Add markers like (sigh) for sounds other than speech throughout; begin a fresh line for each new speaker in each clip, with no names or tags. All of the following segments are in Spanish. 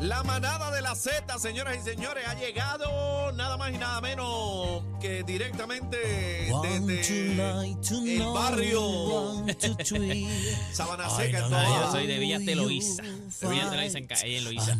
La manada de la Z, señoras y señores, ha llegado nada más y nada menos que directamente desde el barrio
(laughs)
Sabana Seca. en
Ah,
Toa.
yo soy de Villa Teloísa. De Villa Teloísa en, ca- ahí en Loíza.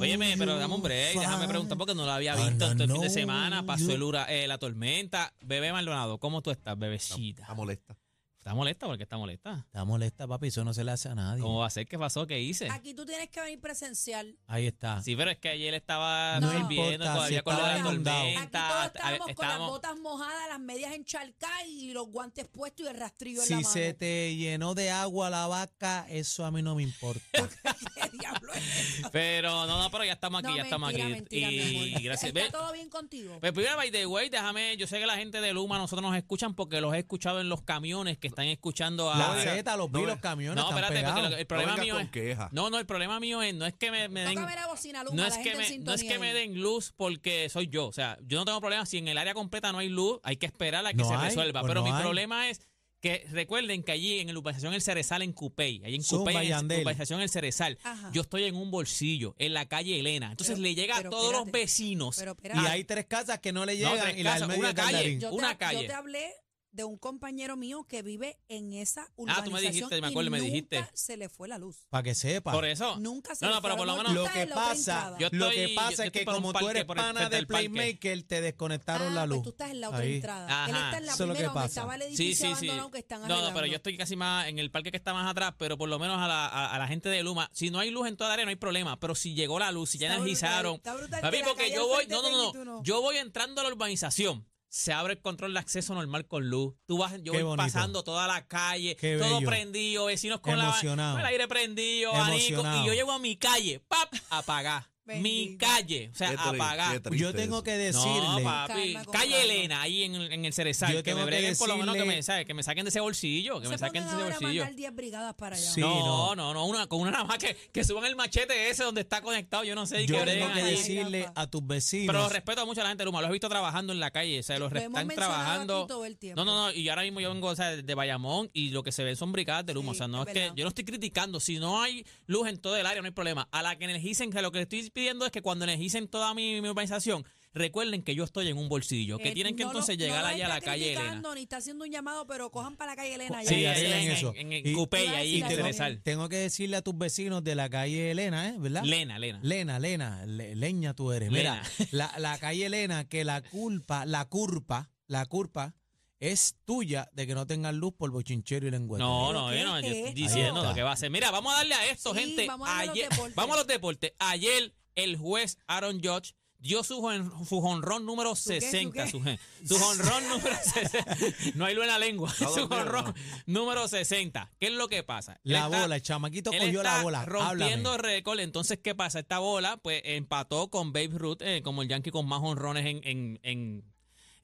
Óyeme, pero dame un break, déjame preguntar porque no lo había visto este fin de semana. Pasó el hura- eh, la tormenta. Bebé Maldonado, ¿cómo tú estás, bebecita?
Está molesta.
¿Estás molesta? ¿Por qué estás molesta?
Está molesta, papi, eso no se le hace a nadie.
¿Cómo va a ser? ¿Qué pasó? ¿Qué hice?
Aquí tú tienes que venir presencial.
Ahí está.
Sí, pero es que ayer estaba
No
sirviendo
importa,
todavía
si
con lo de la
estaba inundado.
Aquí
tormenta.
todos estábamos con las
Estábamos-
botas mojadas, las medias encharcadas y los guantes puestos y el rastrillo en la
Si
mano.
se te llenó de agua la vaca, eso a mí no me
(laughs)
importa.
(laughs) ¿Qué diablo es eso?
Pero no, no, pero ya estamos aquí,
No,
ya estamos
mentira,
aquí.
mentira, mi
y
amor.
gracias.
¿Está
Ve-
todo bien contigo?
Pues primero, by the way, déjame, yo sé que la gente de Luma, nosotros nos escuchan porque los he escuchado en los camiones que están escuchando a...
La
No, diga-
Z, los
no,
vi, los
eh.
camiones
Ah, no,
están
espérate, porque
pegados.
lo- el
No
problema
vengas
mío
con
es...
queja.
No, no, el problema mío es, no es que me, me den...
Tócame la bocina, Luma,
No
la
es, que
gente en
me, no es
sintonía
que me
ahí.
den luz porque soy yo. O sea, yo no tengo problema. Si en el área completa no hay luz, hay que esperar a que
No
se
hay,
resuelva.
o
Pero
no
mi
hay.
problema es que recuerden que allí en la urbanización El Cerezal, en Cupey, allí en
Zumba,
Cupey, en la
Yandel.
urbanización El Cerezal,
Ajá.
yo estoy en un bolsillo, en la calle Elena. Entonces
Pero-
le llega a
pero
todos los
espérate,
vecinos.
pero espérate.
Y hay tres casas que no le
No,
llegan
tres
y la del
casas,
medio
una
es
calle.
Galdarín.
Yo
una
te,
calle.
Yo te hablé de un compañero mío que vive en esa
Ah, me
urbanización
dijiste, me
y
acuerdo, me
nunca
dijiste.
se le fue la luz.
Para que sepa.
Por eso.
Nunca se
No,
le
no,
fue
pero
la
por lo
luz.
menos-
lo
Está
que
en la otra
pasa,
entrada.
Yo
lo
estoy-
que
yo
pasa es
estoy
que
por un
como tú
parque,
eres
por el-
pana
frente
de
al parque.
Playmaker, te desconectaron
Ah,
la
pues
luz.
tú estás en la otra
Ahí.
entrada. Él
Ajá.
está en la
Eso es lo que
primera donde
pasa.
estaba el
Sí,
edificio
sí, sí.
abandonado que están
No, no, pero
arreglando.
yo estoy casi más en el parque que está más atrás, pero por lo menos a la, a- a la gente de Luma, si no hay luz en toda la área no hay problema, pero si llegó la luz, si ya
Está brutal,
energizaron,
está brutal
Papi,
que la
porque
calle
yo
al
voy,
frente
no,
tenga y
no,
tú
no,
no.
yo voy entrando a la urbanización. Se abre el control de acceso normal con luz. Tú vas, yo
Qué
voy
bonito.
pasando toda la calle,
Qué
todo
bello.
prendido, vecinos con, la, con
Emocionado.
el aire prendido, abanico, y
Emocionado.
yo llego a mi calle, ¡pap! Apagar. mi
Bendito.
calle, o sea,
Qué triste,
apagar.
qué triste
Yo tengo
eso.
que
No,
decirle.
papi.
Calma, con
Calle
calma.
Elena, ahí en, en el Cerezal.
Yo
que me
tengo que
breguen por lo menos que
decirle-
me, ¿sabes? que me saquen de ese bolsillo. Que
Se
me saquen de
pongan
ese
ahora a
bolsillo.
mandar 10 brigadas para allá.
Sí,
no,
no.
no, no, una, con una nada más que, que suban el machete ese donde está conectado, yo no sé. y
yo tengo
que breguen
que
ahí.
allí.
decirle a tus vecinos.
Pero respeto mucho a la gente de Luma, los he visto trabajando en la calle, o sea, los
Lo
re-
hemos
están
mencionado
trabajando.
aquí todo el tiempo.
No, no, no, y ahora mismo yo vengo o sea, de Bayamón y lo que se ven son brigadas de Luma, o
Sí,
sea, no
es
es, que
verdad.
yo no estoy criticando, si no hay luz en todo el área no hay problema. A la que energicen, que lo que le estoy pidiendo es que cuando energicen toda mi, mi urbanización, recuerden que yo estoy en un bolsillo, que
Eh,
tienen que
no lo-
entonces
no
llegar
lo
allá a la
está
calle Elena.
criticando, eh, Ni está haciendo un llamado, pero cojan para la calle Elena.
Sí,
ya.
Sí,
arreglen
en,
eso.
En, en
Y-
Coupey,
Iba a
ahí
decir
en
algo.
Cerezal.
Tengo que decirle a tus vecinos de la calle Elena, ¿eh? ¿verdad?
Lena, Lena.
Lena, Lena, le- leña tú eres.
Lena.
Mira, (laughs) la, la calle Elena, que la culpa, la culpa, la culpa es tuya de que no tengan luz por bochinchero y lengüeta.
No,
¿Pero
no,
qué
yo no,
es
yo estoy
esto?
diciendo
Ahí
lo
está.
que va a hacer. Mira, vamos a darle a esto,
Sí,
gente.
vamos a darle a los
Ayer-
deportes.
vamos a los deportes. Ayer el juez Aaron Judge dio su, jon- su jonrón número
qué?
60.
¿Su
Su, gen- su
(laughs)
jonrón número 60. No hay luz en la lengua.
No,
su
no, no.
jonrón número 60. ¿Qué es lo que pasa? Él
La
está-
bola, el chamaquito
él
cogió
está
la bola.
rompiendo
Háblame.
récord. Entonces, ¿qué pasa? Esta bola pues empató con Babe Ruth, eh, como el Yankee con más honrones en, en, en,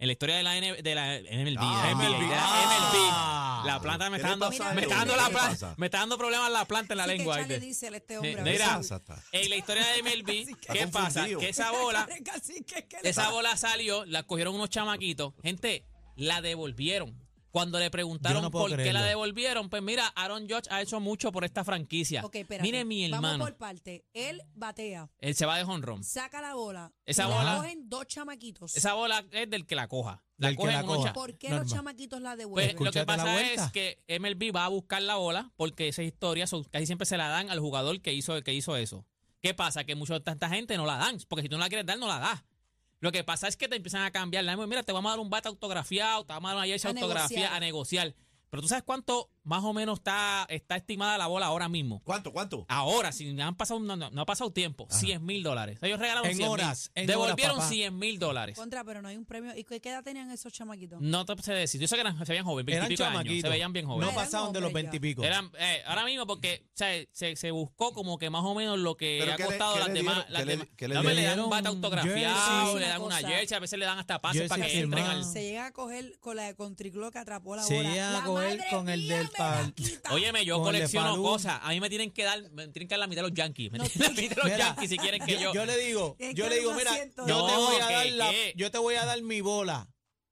en la historia de la, N de la MLB.
Ah,
NBA, de la
ah.
MLB. la planta me
¿Qué
está
le
dando,
pasa
a
me
él?
está dando la
¿Qué
pla-
pasa?
me está dando problemas la planta en la
Así que
lengua.
Charlie
¿viste?
dice este
Eh,
hombre.
Mira,
Esa está.
en Eh, la historia de
(laughs)
MLB, ¿qué
Está
pasa?
confundido.
Que esa bola,
Así que, que le-
esa bola salió, la cogieron unos chamaquitos, gente, la devolvieron. Cuando le preguntaron
Yo no puedo
por qué la
creerlo.
devolvieron, pues mira, Aaron Judge ha hecho mucho por esta franquicia.
Ok, espérate.
Mire mi hermano,
Vamos por parte. Él batea,
él se va de honrón.
saca la bola.
Esa
la
bola-
cogen dos chamaquitos.
Esa bola es del que la coja. La
Del que
cogen
la
unos
coja.
cha-
¿Por qué los
Normal.
chamaquitos la
Pues
devuelven?
lo que
Escúchate la
pasa
vuelta.
es que MLB va a buscar la bola porque esas historias son- casi siempre se la dan al jugador que hizo, que hizo eso. ¿Qué pasa? Que mucha tanta gente no la dan, porque si tú no la quieres dar, no la das. Lo que pasa es que te empiezan a cambiar. la- Mira, te vamos a dar un bate autografiado, te vamos a dar una jersey
A
autografiada,
negociar.
a negociar. Pero tú sabes cuánto más o menos está, está estimada la bola ahora mismo.
¿Cuánto, cuánto?
Ahora, si no, han pasado, no, no- no ha pasado tiempo, 100 mil dólares. Ellos regalaron
En
100
horas,
mil.
en
Devolvieron
horas, papá.
100 mil dólares.
Contra, pero no hay un premio. ¿Y qué qué edad tenían esos chamaquitos?
No te sé decir. Yo sé que eran, se veían jóvenes,
Eran
20 años. Se
chamaquitos.
veían bien
No
jóvenes.
Eran
pasaban de los
hombres ya.
veintipico.
eran, eh, ahora mismo, porque o sea, se, se buscó como que más o menos lo que
Pero
ha
¿qué le-
costado
qué
las
le
demás.
dieron?
las
¿Qué le-
demás.
qué le
No, hombre, le dan un
dieron?
bate autografiado,
Jersey.
le dan una
Una cosa.
jersey, a veces le dan hasta pases
Jersey
para que
Se
entren
firmado.
al.
se llega a coger con la de contriclo que atrapó la
Se
bola.
llega a
La
coger
madre
con el
mía
del
me la
pal-
quita.
Óyeme, yo
Con el de
colecciono
Falú.
cosas. A mí me tienen que dar, me tienen que dar la mitad de los yankees. Me
No,
tienen que dar la mitad de los
Mira,
yankees si quieren que yo.
Yo le digo,
Es que
yo le
era
digo,
un
mira,
asiento.
yo te
No,
voy a
que-
dar la,
que-
yo te voy a dar mi bola.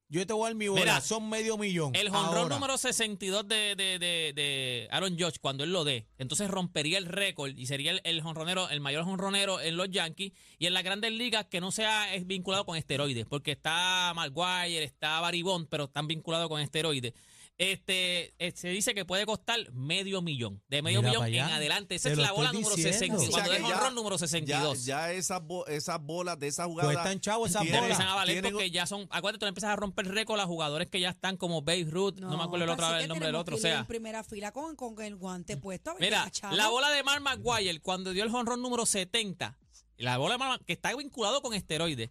Yo te voy a dar mi bola,
Mira,
son medio millón.
El jonrón
Ahora,
número 62 de, de, de, de Aaron Judge, cuando él lo dé, entonces rompería el récord y sería el, el jonronero, el mayor jonronero en los Yankees y en las grandes ligas que no sea es vinculado con esteroides, porque está Maguire, está Baribón, pero están vinculados con esteroides. Este, eh, se dice que puede costar medio millón, de medio
Mira
millón
pa'
en
allá.
adelante. Esa
Te
es
lo
la bola
estoy
número
diciendo.
62.
O
Cuando
sea
es
que ya-
jonrón número
Ya,
62.
ya esas, bo- esas bolas de esas jugadas.
Cuestan chavo esas
Te
bolas.
empiezan a valer
tienen-
porque ya son. Acuérdate, tú empiezas a romper récord a jugadores que ya están como Babe Ruth, no, me acuerdo el, otro,
así que
el nombre del
tenemos
otro. O
que ir
sea,
En primera fila con, con el guante puesto. a ver qué
Mira,
cachado.
la bola de Mark McGuire cuando dio el jonrón número 70, la bola de Mark, que está vinculado con esteroides,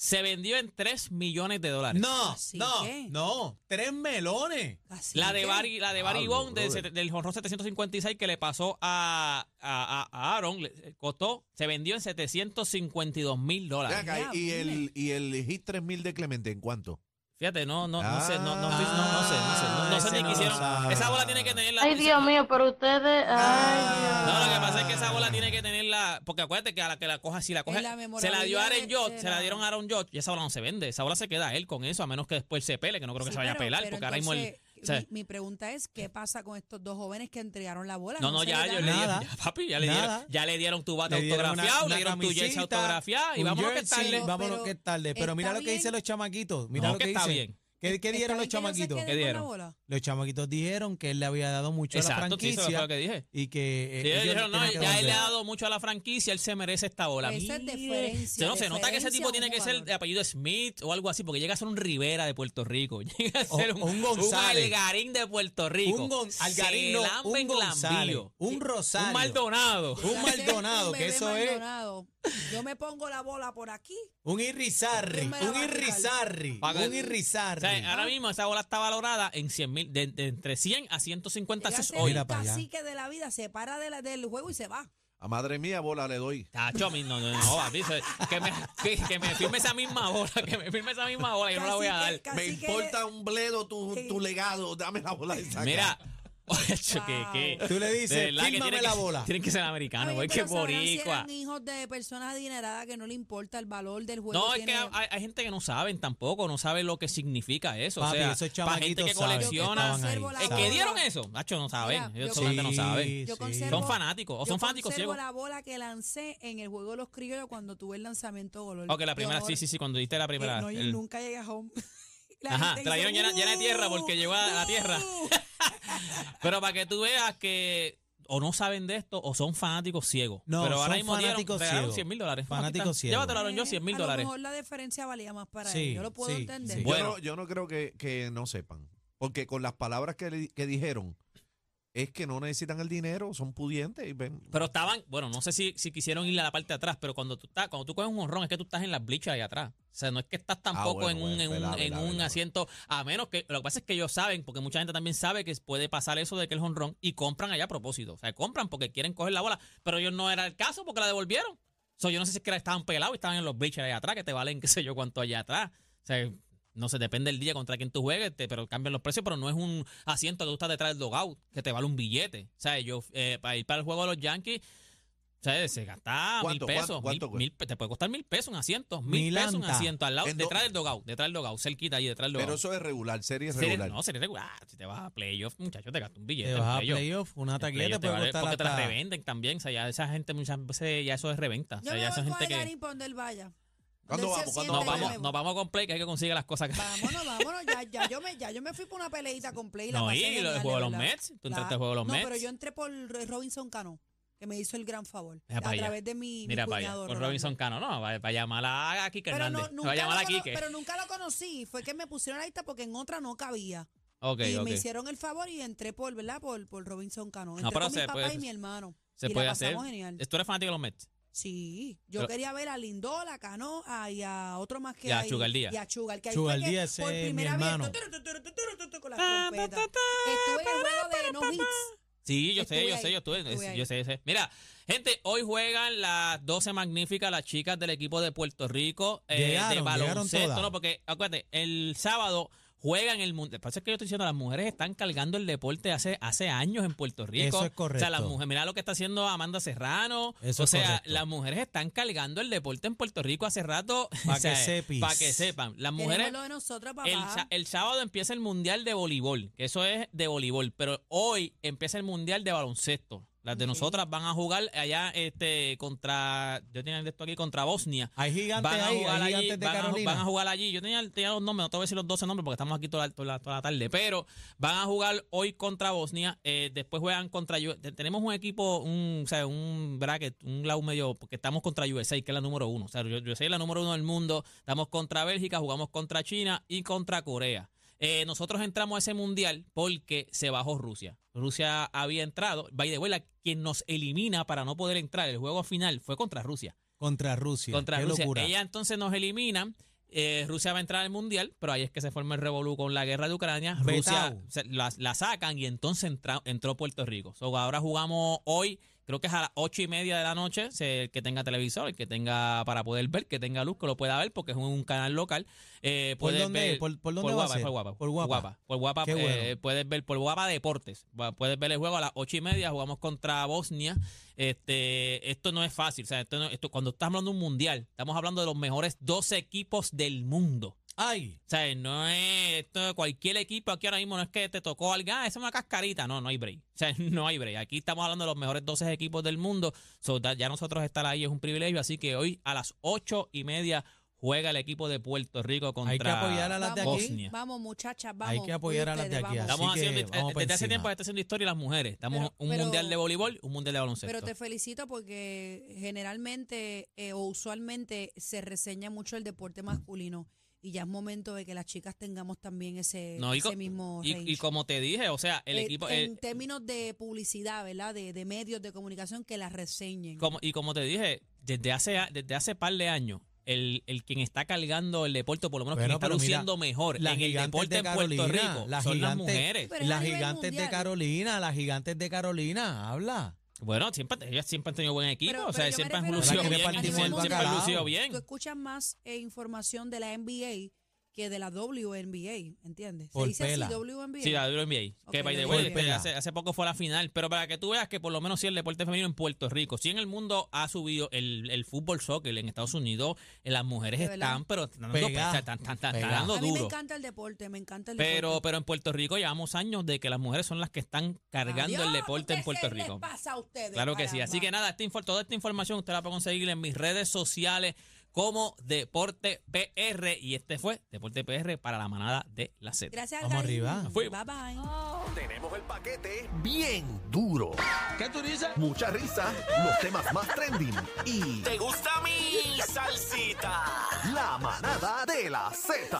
se vendió en 3 millones de dólares.
No,
Así
no,
que-
no. Tres melones.
Así
La de
que-
Barry, la de Barry
Ah,
Diablo,
Bond del,
brother.
set- del jonrón 756 que le pasó a, a- a- a Aaron, le- eh, costó, se vendió en 752 mil
Ven
dólares.
acá,
Ya,
y,
dime.
el, y el Hit 3000 de Clemente, ¿en cuánto?
Fíjate, no, no, no sé, no, no, estoy- no, no sé, no sé, no,
Ah,
no sé
ese
ni qué
no lo
hicieron.
sabe.
Esa bola tiene que tener la
Ay, Dios mío, pero ustedes. Ay,
No,
Dios.
lo que pasa es que esa bola tiene que tenerla. Porque acuérdate que a la que la coja, si la coge.
En la
se la dio a Aaron
memorabilia
Judge,
de-
se la dieron a Aaron Judge. Y esa bola no se vende. Esa bola se queda él con eso, a menos que después se pele, que no creo que
Sí,
se vaya
pero-
a pelar.
pero
Porque ahora mismo. el-
entonces,
o sea,
mi, mi pregunta es, ¿qué pasa con estos dos jóvenes que entregaron la bola?
no, no,
se
ya,
le
yo
da
le
nada.
dieron, ya, papi, ya le,
Nada.
dieron, ya le dieron tu bate
Le dieron
autografiado,
una-
le dieron
una
tu jersey
camisita,
autografiada y
un
vámonos que
jersey,
tarde.
Pero-
Vámonos
pero
que es tarde. Pero
está
mira lo que
bien.
dicen los chamaquitos. Mira
No,
lo que,
que está
dicen.
bien.
¿Qué, qué
¿Está
dieron los
bien que ellos se
chamaquitos?
queden
¿Qué
con la
dieron?
bola?
Los chamaquitos dijeron que él le había dado mucho a la
Exacto, sí, eso fue
franquicia
lo que dije.
y que eh,
Sí, ellos
ellos
dijeron, no,
tenían que
ya él
volver.
le ha dado mucho a la franquicia, él se merece esta bola.
Esa es
Mire.
deferencia,
No, se nota que ese
deferencia
tipo
a
tiene
un
que ser
jugador.
de apellido Smith o algo así, porque llega a ser un Rivera de Puerto Rico. (laughs) Llega a
O-
ser un,
o un González.
Algarín de Puerto Rico.
un Gon-
Se
Algarín, no,
lambe
un
en
González,
Glambillo.
un Rosario,
Un Maldonado.
un
Hacer
Maldonado, que
bebé
eso es
Maldonado. Yo me pongo la bola por aquí.
un Irrizarri,
Yo me la
un
voy a quitar.
Irrizarri,
Paga-
un
O sea,
Irrizarri.
ahora mismo esa bola está valorada en 100 mil, de, de entre 100 a 150
Ya
eso es
se
hoy.
Mira
el
pa' allá.
cacique de la vida se para de la- del juego y se va.
A madre mía, bola le doy.
Tacho, a mí no, no, no, papi, eso es- que me, que, que me firme esa misma bola, que me firme esa misma bola, yo no la voy a dar.
Cacique,
Me
cacique de-
importa un bledo tu,
Sí.
tu legado, dame la bola esa.
Mira, (laughs) ocho, que, que-
Tú le
de
dices,
verdad que
fírmame
tienen
la
que-
bola.
Tienen que ser americanos,
Oye,
güey, que
pero sabrán si
boricua.
eran hijos de personas adineradas que no le importa el valor del juego.
No, es que
tiene-
hay, hay gente que no saben tampoco, no sabe lo que significa eso.
Papi,
o sea,
esos
para gente
chamaquitos
que
saben que
colecciona.
estaban ahí,
el que
saben.
dieron eso, Nacho, no saben.
Mira,
Ellos
yo
solamente no
Sí,
saben.
Yo
sí.
conservo-
Son fanáticos, o
yo
son fanáticos
conservo
ciegos.
la bola que lancé en el juego de los criollos cuando tuve el lanzamiento de gol.
Ok, la primera, sí, sí, sí, cuando diste la primera.
no, yo
el-
nunca llegué a home. (laughs)
Ajá,
gente
te la
hizo,
dieron llena- llena de tierra porque llegó a la tierra. (laughs)
"Uh".
Pero para que tú veas que o no saben de esto o son fanáticos ciegos.
No,
Pero ahora
son
mismo dieron,
fanáticos
regalaron
ciegos.
100 mil dólares.
Fanáticos
Vamos a quitar.
ciegos.
Llévatelo, Aaron, yo 100 mil
a
dólares.
lo mejor la diferencia valía más para
Sí,
él. Yo lo puedo
sí,
entender.
sí.
Yo,
Bueno.
no, yo no creo que, que no sepan. Porque con las palabras que, le- que dijeron, es que no necesitan el dinero, son pudientes. Y ven.
Pero estaban, bueno, no sé si, si quisieron ir a la parte de atrás, pero cuando tú estás, cuando tú coges un honrón, es que tú estás en las blichas ahí atrás. O sea, no es que estás tampoco
Ah, bueno,
en un,
bueno,
en un,
verdad,
en
verdad,
un
verdad.
asiento, a menos que, lo que pasa es que ellos saben, porque mucha gente también sabe que puede pasar eso de que el honrón y compran allá a propósito. O sea, compran porque quieren coger la bola, pero ellos no era el caso porque la devolvieron. So, yo no sé si es que la estaban pelados y estaban en los bleachers allá atrás, que te valen (laughs) qué sé yo cuánto allá atrás. O sea, no sé, depende del día contra quien tú juegues, te- pero cambian los precios, pero no es un asiento que tú estás detrás del dogout, que te vale un billete. O sea, yo, eh, para ir para el juego de los Yankees, o sea, se gasta mil
¿Cuánto,
pesos.
cuánto, cuánto
mil-
cuesta?
mil pe- te puede costar mil pesos un asiento, mil
Mil
pesos un
anta.
asiento, al lado,
En do-
detrás del dogout, detrás del dogout, cerquita ahí, detrás del
Pero
dogout.
eso es regular, serie
Serie-
regular.
no, sería regular. Si te vas a playoff, muchacho, te gasta un billete.
Te
en
vas a
playoff.
playoff, una
En
taquilla te
playoff te
puede
vale-
costar
porque te la
hasta-
revenden también. O sea, ya esa gente muchas veces ya eso es reventa. O
Yo
sea,
me
ya esa
voy con
gente
el
que.
Garín para donde él vaya.
¿Cuándo
Donde él
vamos?
se
¿Cuándo
siente,
Nos
yo
vamos,
me
nos
voy.
vamos con Play, que hay que conseguir las cosas. que-
Vámonos, vámonos, ya, ya, yo me, ya yo me fui por una peleita con Play. la
No,
pasé
y
genial,
lo del juego de los
verdad.
Mets. Tú entraste
La-
al juego de los
no,
Mets.
pero yo entré por Robinson Cano, que me hizo el gran favor.
Mira
a
pa' allá.
través de mi, mi
Mira, vaya,
cuñado.
con
Rolando.
Robinson Cano, no, va, va a llamar a a Kike
Pero, no,
Hernández. va
nunca
a llamar
lo
a
cono-
Kike.
pero nunca lo conocí. Fue que me pusieron la lista porque en otra no cabía.
Ok,
y
ok.
me hicieron el favor y entré por, ¿verdad? Por, por Robinson Cano. Entré
pero
con
se
mi papá
puede-
y mi hermano.
Se
y
puede
la
hacer.
pasamos genial.
Tú eres fanático de los Mets.
Sí, yo
Pero-
quería ver a Lindola, a Cano a- y a otro más que
Y a
hay.
Sugar Díaz.
Y a Sugar, que ahí
Sugar
fue que
Díaz,
por
ese es mi
primera
hermano.
vez tu, tu, tu, tu, tu, tu, tu, con la trompeta.
Eh,
Estuve en el juego de No Hits.
Sí, yo sé,
Estuve
yo
ahí,
sé, yo estuve,
estuve
yo
ahí.
sé, yo sé. Mira, gente, hoy juegan las 12 magníficas, las chicas del equipo de Puerto Rico eh,
Llegaron,
de
llegaron
baloncesto,
todas.
no, porque acuérdate, el sábado juegan el mundo. Pasa que yo estoy diciendo, las mujeres están cargando el deporte hace, hace años en Puerto Rico.
Eso es correcto.
O sea, las mujeres, mira lo que está haciendo Amanda Serrano.
Eso
o
es
sea,
correcto.
las mujeres están cargando el deporte en Puerto Rico hace rato. (laughs)
Pa'
o
que
sea,
sepis.
pa' que sepan. Las
Mujeres,
mujeres.
lo de nosotros, papá.
El, sa- el sábado empieza el mundial de voleibol, que eso es de voleibol, pero hoy empieza el mundial de baloncesto. Las de nosotras van a jugar allá este contra, yo tenía esto aquí, contra Bosnia.
Hay gigantes
van a
ahí, hay
jugar allí,
gigantes de
van a,
Carolina.
van a jugar allí. Yo tenía, tenía los nombres, no te voy a decir los 12 nombres porque estamos aquí toda, la- toda la- toda la tarde. Pero van a jugar hoy contra Bosnia, eh, después juegan contra U- te- Tenemos un equipo, un, o sea, un bracket, un lado medio, porque estamos contra USA, que es la número uno. O sea, U- USA es la número uno del mundo. Estamos contra Bélgica, jugamos contra China y contra Corea. Eh, nosotros entramos a ese mundial porque se bajó Rusia. Rusia había entrado. By the way, la- quien nos elimina para no poder entrar el juego final fue contra Rusia
Contra Rusia.
contra
Qué
Rusia.
locura.
Ella entonces nos elimina. eh, Rusia va a entrar al mundial, pero ahí es que se forma el revolú con la guerra de Ucrania. Rusia
Vetao.
se- la, la sacan y entonces entra- entró Puerto Rico. So, ahora jugamos hoy, creo que es a las ocho y media de la noche. se- el que tenga televisor, el que tenga para poder ver, que tenga luz, que lo pueda ver porque es un canal local. Eh,
¿Por
puedes
dónde-
ver-
por- por dónde va a
Guapa,
ser?
Por guapa,
Por Guapa.
Por guapa
Qué bueno.
eh, puedes ver por guapa deportes. Va- Puedes ver el juego a las ocho y media. Jugamos contra Bosnia. Este, esto no es fácil. O sea, esto no- esto- cuando estamos hablando de un mundial, estamos hablando de los mejores 12 equipos del mundo.
Ay,
O sea, no es esto, cualquier equipo aquí ahora mismo, no es que te tocó algo, ah, esa es una cascarita. No, no hay break. O sea, (laughs) no hay break. Aquí estamos hablando de los mejores 12 equipos del mundo. So, da- ya nosotros estar ahí es un privilegio. Así que hoy a las ocho y media juega el equipo de Puerto Rico contra
hay que apoyar a las de
Vamos,
aquí.
Bosnia.
Vamos, muchachas, vamos.
Hay que apoyar a las de
ustedes,
aquí,
vamos.
Así
Estamos
que
haciendo,
vamos pa'
desde hace
encima.
tiempo se está haciendo historia las mujeres. Estamos
Pero-
un
pero-
mundial de voleibol, un mundial de baloncesto.
Pero te felicito porque generalmente eh, o usualmente se reseña mucho el deporte masculino y ya es momento de que las chicas tengamos también ese,
No, y
ese
co-
mismo
y,
range.
y como te dije, o sea, el
Eh,
equipo
en
el-
términos de publicidad, ¿verdad? De, de medios de comunicación que las reseñen.
como, y como te dije, desde hace a- desde hace par de años el, el quien está cargando el deporte, por lo menos
Bueno,
quien está
pero mira,
luciendo mejor
las
en el
gigantes
deporte
de
en Puerto
Carolina,
Rico
las
son las
gigantes-
mujeres.
Pero es a
Las
nivel
gigantes de
mundial.
Carolina, las gigantes de Carolina, habla.
Bueno, siempre, ellas siempre han tenido buen equipo,
Pero-
o sea,
pero yo
siempre
me
han
refiero
lucido
a que
bien,
repartimos
siempre
el
han
bacalao.
lucido
Tú
bien.
escuchas más eh, información de la NBA que de la WNBA, ¿entiendes?
Por
se dice
pela.
así, WNBA.
Sí, la WNBA.
Ok,
que by the
yo
way,
dije
este,
pela.
hace, hace poco fue a la final. Pero para que tú veas que por lo menos sí el deporte femenino en Puerto Rico, sí en el mundo ha subido el, el fútbol soccer en Estados Unidos, eh, las mujeres
De verdad.
están, pero están dando,
Pegá,
pe- están- están- están
pegá.
dando
a mí me
duro.
encanta el deporte, me encanta el
Pero,
deporte.
pero en Puerto Rico llevamos años de que las mujeres son las que están cargando
Adiós,
el deporte en
¿qué
Puerto
se les
Rico.
pasa a ustedes,
Claro que sí.
caramba?
Así que nada, esta infor- toda esta información usted la puede conseguir en mis redes sociales como Deporte PR. Y este fue Deporte PR para la manada de la Z.
Gracias,
Vamos
Algarín.
arriba.
Fuimos.
Bye bye.
Tenemos el paquete bien duro. ¿Qué tú dices? Mucha risa, los temas más trending y
¿Te gusta mi salsita?
la manada de la Z.